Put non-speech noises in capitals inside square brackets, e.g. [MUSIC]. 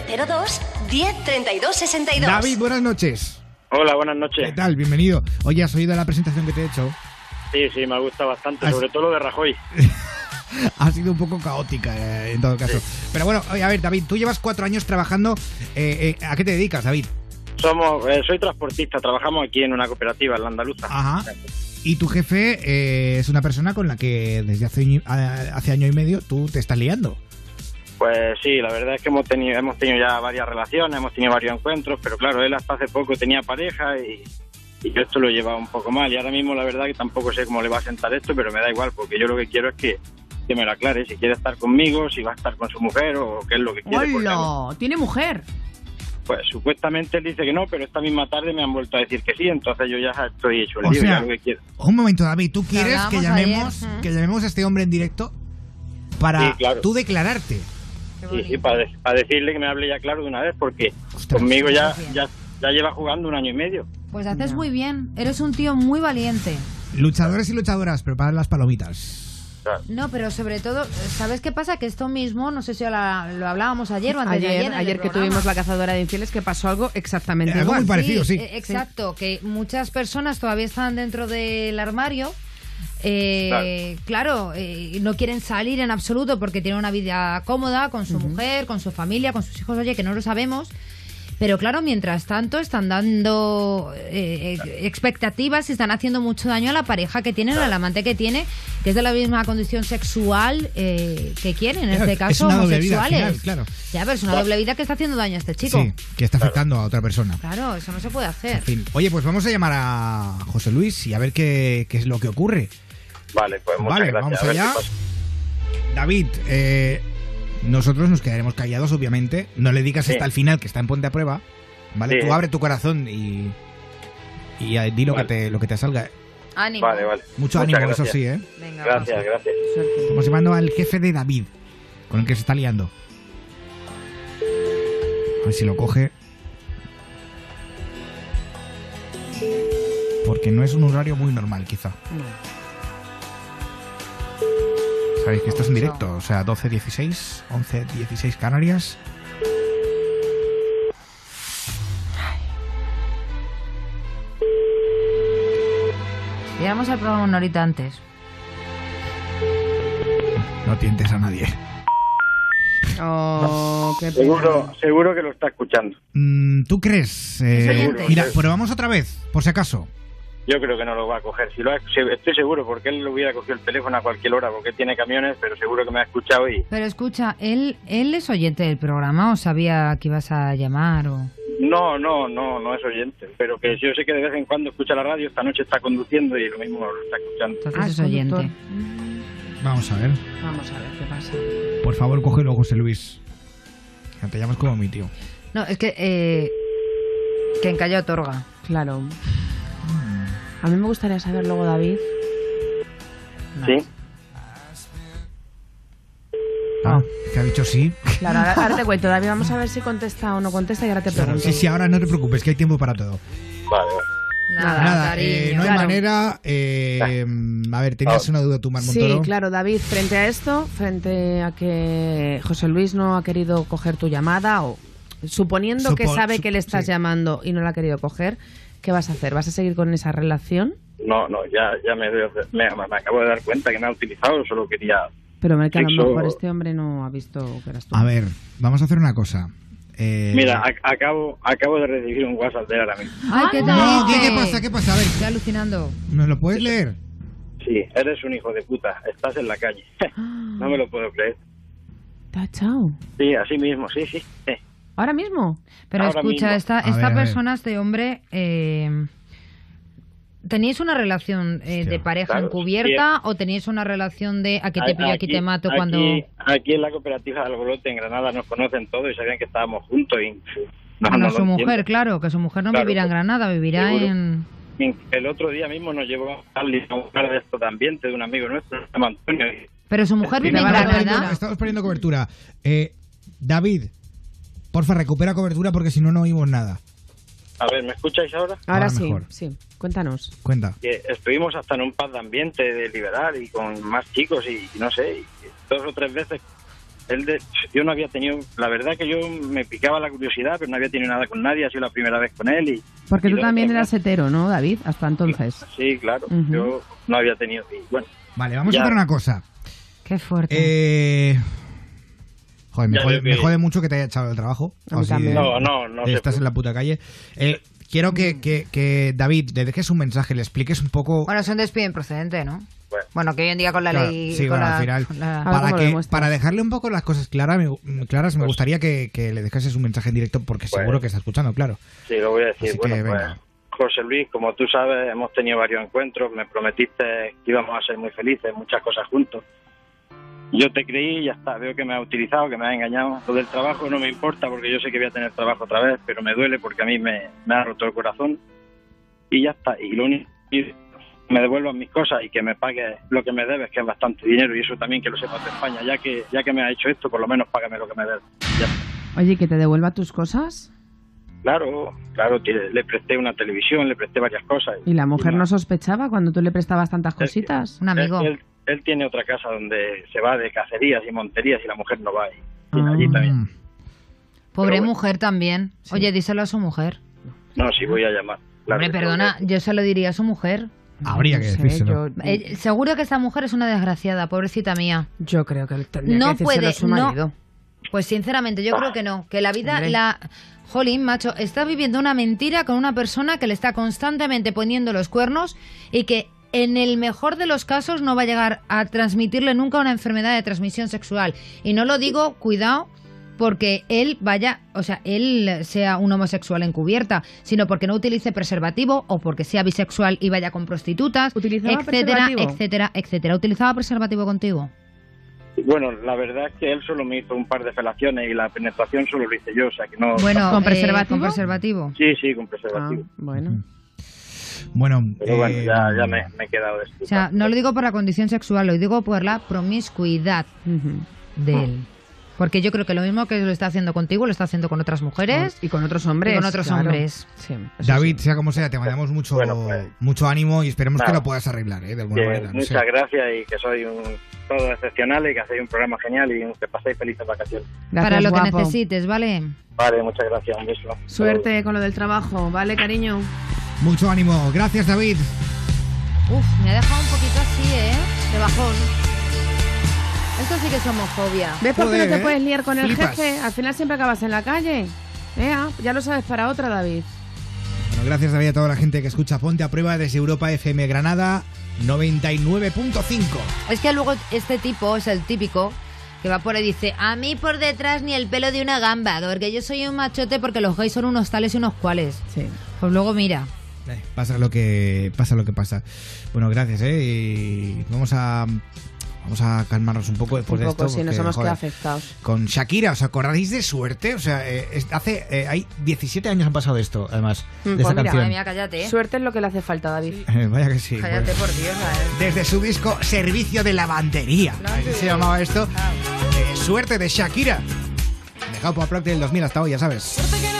902 103262 David, buenas noches. Hola, buenas ¿Qué noches. tal? Bienvenido. Oye, ¿has oído la presentación que te he hecho? Sí, sí, me gusta bastante, Has- sobre todo lo de Rajoy. Ha sido un poco caótica eh, en todo caso. Pero bueno, oye, a ver, David, tú llevas cuatro años trabajando. eh, eh, ¿A qué te dedicas, David? Somos, eh, soy transportista, trabajamos aquí en una cooperativa, en la andaluza. Ajá. Y tu jefe eh, es una persona con la que desde hace, año- a- hace año y medio tú te estás liando. Pues sí, la verdad es que hemos tenido, hemos tenido ya varias relaciones, hemos tenido varios encuentros, pero claro, él hasta hace poco tenía pareja y, y yo esto lo llevaba un poco mal. Y ahora mismo la verdad que tampoco sé cómo le va a sentar esto, pero me da igual, porque yo lo que quiero es que, que me lo aclare, si quiere estar conmigo, si va a estar con su mujer o qué es lo que quiere. porque ¡Hola! Tiene mujer. Pues supuestamente él dice que no, pero esta misma tarde me han vuelto a decir que sí, entonces yo ya estoy hecho el O lío, sea- ya lo que quiero. Un momento, David, ¿tú quieres que hablábamos llamemos, ayer, ¿eh? que llamemos a este hombre en directo para Sí, claro. tú declararte? Qué Sí, sí, bonito. para, de- para decirle que me hable ya claro de una vez, porque Ostras, conmigo ya, gracias. ya, ya lleva jugando un año y medio. Pues haces muy bien. Eres un tío muy valiente. Luchadores y luchadoras, preparan las palomitas. No, pero sobre todo, ¿sabes qué pasa? Que esto mismo, no sé si la- lo hablábamos ayer o antes de ayer. Ayer, en el ayer que programa. tuvimos la cazadora de infieles, que pasó algo exactamente Algo muy igual. parecido, sí. eh, Exacto, que muchas personas todavía están dentro del armario. Eh, claro, eh, no quieren salir en absoluto porque tienen una vida cómoda con su mujer, con su familia, con sus hijos, oye, que no lo sabemos. Pero claro, mientras tanto están dando eh, eh, expectativas y están haciendo mucho daño a la pareja que tienen, al amante que tiene, que es de la misma condición sexual eh, que quieren, en Claro, este es caso una doble vida al homosexuales. final, claro. Ya, pero es una doble vida que está haciendo daño a este chico. Sí, que está afectando a otra persona. Claro, eso no se puede hacer. En fin. Oye, pues vamos a llamar a José Luis y a ver qué, qué es lo que ocurre. Vale, pues muchas Vale, gracias. vamos a ver allá. qué pasa. David, eh, nosotros nos quedaremos callados, obviamente. No le digas Sí. hasta el final que está en ponte a prueba. ¿Vale? Sí. Tú abre tu corazón y, y ahí di lo, Vale. que te, lo que te salga. Ánimo. Vale, vale. Mucho Muchas ánimo, gracias. eso sí, ¿eh? Venga, Gracias, gracias. Suerte. Estamos llamando al jefe de David, con el que se está liando. A ver si lo coge. Porque no es un horario muy normal, quizá. Sabéis que esto es en directo, o sea, 12-16, 11-16 Canarias. Llegamos al programa una horita antes. No tientes a nadie. Oh, qué pena. Seguro, seguro que lo está escuchando. Mm, ¿Tú crees? Eh, oyente. mira, probamos otra vez, por si acaso. Yo creo que no lo va a coger. Si lo ha- se- estoy seguro, porque él lo hubiera cogido el teléfono a cualquier hora, porque tiene camiones, pero seguro que me ha escuchado y... Pero escucha, ¿él, ¿él es oyente del programa o sabía que ibas a llamar? O... No, no, no, no es oyente, pero que yo sé que de vez en cuando escucha la radio, esta noche está conduciendo y lo mismo lo está escuchando. Entonces Ah, es oyente. conductor. Vamos a ver. Vamos a ver qué pasa. Por favor, cógelo, José Luis. Ya Te llamas como mi tío. No, es que... Eh, que encalla otorga. Claro. A mí me gustaría saber luego, David. ¿Sí? Ah, te ha dicho sí. Claro, ahora, ahora te cuento, David. Vamos a ver si contesta o no contesta y ahora te pregunto. Sí, sí, ahora no te preocupes, que hay tiempo para todo. Vale, vale. Nada, Nada, cariño. eh, no hay Claro. manera. eh, a ver, tenías Ah. una duda tú, Mar Sí, Montoro. claro, David, frente a esto, frente a que José Luis no ha querido coger tu llamada o suponiendo que Supo- sabe sup- que le estás sí. llamando y no la ha querido coger, ¿qué vas a hacer? ¿Vas a seguir con esa relación? No, no, ya, ya me, doy- me, me acabo de dar cuenta que me ha utilizado, solo quería... Pero hombre, que a lo Eso- mejor este hombre no ha visto que eras tú. A ver, vamos a hacer una cosa. Eh, Mira, a- acabo, acabo de recibir un WhatsApp de él ahora mismo. Ay, ¿qué tal? Ah, No, ¿qué, qué pasa? ¿Qué pasa? A ver, Estoy alucinando. ¿nos lo puedes leer? Sí, eres un hijo de puta, estás en la calle. [LAUGHS] no me lo puedo creer. Te ha echado. Sí, así mismo, sí, Eh, sí. ¿Ahora mismo? Pero Ahora escucha, mismo. esta, A esta ver, a ver. persona, este hombre, eh, ¿teníais una relación eh, de Hostia. pareja Claro, encubierta o teníais una relación de a que te Aquí- pillo, aquí, te mato cuando... Aquí, aquí en la cooperativa del Golote, en Granada, nos conocen todos y sabían que estábamos juntos y... No, Bueno, no su lo mujer, entiendo. claro, que su mujer no Claro, vivirá en pues, Granada, vivirá seguro. en... El otro día mismo nos llevó a un lugar de esto de ambiente de un amigo nuestro, se llama Antonio. y- Pero su mujer Sí, vive en Estamos Granada. poniendo, estamos poniendo cobertura. Eh, David, porfa, recupera cobertura porque si no, no oímos nada. A ver, ¿me escucháis ahora? Ahora Ahora sí, mejor. sí. Cuéntanos. Cuenta. que estuvimos hasta en un paz de ambiente de liberal y con más chicos y, y no sé, y dos o tres veces él de- yo no había tenido, la verdad que yo me picaba la curiosidad, pero no había tenido nada con nadie, ha sido la primera vez con él y... Porque y tú luego también eras hetero, ¿no, David? Hasta entonces. Sí, claro, Ujú. yo no había tenido... Y bueno, Vale, vamos Ya. a hacer una cosa. Qué fuerte. Eh, joder, me Ya jode, veo que- me jode mucho que te haya echado del trabajo. A mí Así también. de- No, no, no se Estás puede. en la puta calle. Eh, quiero que, que- que, David le dejes un mensaje, le expliques un poco. Bueno, es un despido improcedente, ¿no? Bueno. Bueno, que hoy en día con la Claro, ley. sí, con bueno, la- al final. con la- Ah, Para, ¿cómo lo que, demuestras? para dejarle un poco las cosas claras, me, claras, Pues- me gustaría que, que le dejases un mensaje en directo porque Bueno. seguro que está escuchando, claro. Sí, lo voy a decir. Así que, bueno, pues, venga. José Luis, como tú sabes, hemos tenido varios encuentros. Me prometiste que íbamos a ser muy felices, muchas cosas juntos. Yo te creí y ya está. Veo que me has utilizado, que me has engañado. Lo del trabajo no me importa porque yo sé que voy a tener trabajo otra vez, pero me duele porque a mí me, me ha roto el corazón. Y ya está. Y lo único que me devuelvan mis cosas y que me pagues lo que me debes, que es bastante dinero. Y eso también que lo sepas de España. Ya que, ya que me has hecho esto, por lo menos págame lo que me debes. Ya está. Oye, ¿que te devuelva tus cosas? Claro, claro, que le presté una televisión, le presté varias cosas. ¿Y la mujer Y no sospechaba cuando tú le prestabas tantas que- cositas? Un amigo. Él, él- él tiene otra casa donde se va de cacerías y monterías y la mujer no va. Y, y Ah. allí también. Mm. Pobre bueno. mujer también. Oye, díselo a su mujer. No, sí, voy a llamar. Claro, Hombre, que perdona, tengo yo se lo diría a su mujer. Habría No que sé, decírselo. yo- Eh, seguro que esta mujer es una desgraciada, pobrecita mía. Yo creo que él tendría No que decírselo puede, a su no. marido. Pues sinceramente, yo creo que no. Que la vida, Hombre. la. Jolín, macho, está viviendo una mentira con una persona que le está constantemente poniendo los cuernos y que en el mejor de los casos no va a llegar a transmitirle nunca una enfermedad de transmisión sexual. Y no lo digo, cuidado, porque él vaya, o sea, él sea un homosexual encubierta, sino porque no utilice preservativo o porque sea bisexual y vaya con prostitutas, ¿Utilizaba etcétera, preservativo? etcétera, etcétera. ¿Utilizaba preservativo contigo? que- Bueno, la verdad es que él solo me hizo un par de felaciones y la penetración solo lo hice yo, o sea que no. Bueno, ¿Con eh, preservativo? con preservativo. Sí, sí, con Ah, preservativo. bueno. Bueno, Pero bueno, eh, ya, ya me, me he quedado O sea, desculpa. no lo digo por la condición sexual, lo digo por la promiscuidad Ujú. Ah. de él. Porque yo creo que lo mismo que lo está haciendo contigo, lo está haciendo con otras mujeres. Y con otros hombres. Y con otros claro. hombres. Sí, eso sí. David, sea como sea, te mandamos mucho, Bueno, pues. mucho ánimo y esperemos que Nada. lo puedas arreglar, ¿eh? De alguna Que manera. no muchas sé. gracias y que soy un todo excepcional y que hacéis un programa genial y que paséis felices vacaciones. Gracias, para lo que guapo. necesites, ¿vale? Vale, muchas gracias. Un beso. Suerte con lo del trabajo, ¿vale, cariño? Mucho ánimo. Gracias, David. Uf, me ha dejado un poquito así, ¿eh? De bajón. Esto sí que es homofobia. ¿Ves por qué Joder, no te ¿eh? puedes liar con el Flipas. jefe? Al final siempre acabas en la calle. Ea, ya lo sabes para otra, David. Bueno, gracias David a toda la gente que escucha Ponte a Prueba desde Europa FM Granada 99.5. Es que luego este tipo es el típico que va por ahí y dice, a mí por detrás ni el pelo de una gamba, porque yo soy un machote porque los gays son unos tales y unos cuales. Sí. Pues luego mira. Eh, Pasa lo que pasa lo que pasa. Bueno, gracias, eh. Y vamos a vamos a calmarnos un poco después un de poco, esto. sí, nos porque, hemos quedado joder, afectados. Con Shakira, ¿os acordáis de suerte? O sea, eh, es- hace eh, hay 17 años han pasado de esto, además, Mm, de pues esta mira, canción. Madre mía, cállate. ¿eh? Suerte es lo que le hace falta, David. Eh, Vaya que sí. pues. Cállate, por Dios, a ver. desde su disco Servicio de Lavandería. Así se llamaba esto. Eh, suerte de Shakira. Dejado por Procter del 2000 hasta hoy, ya sabes.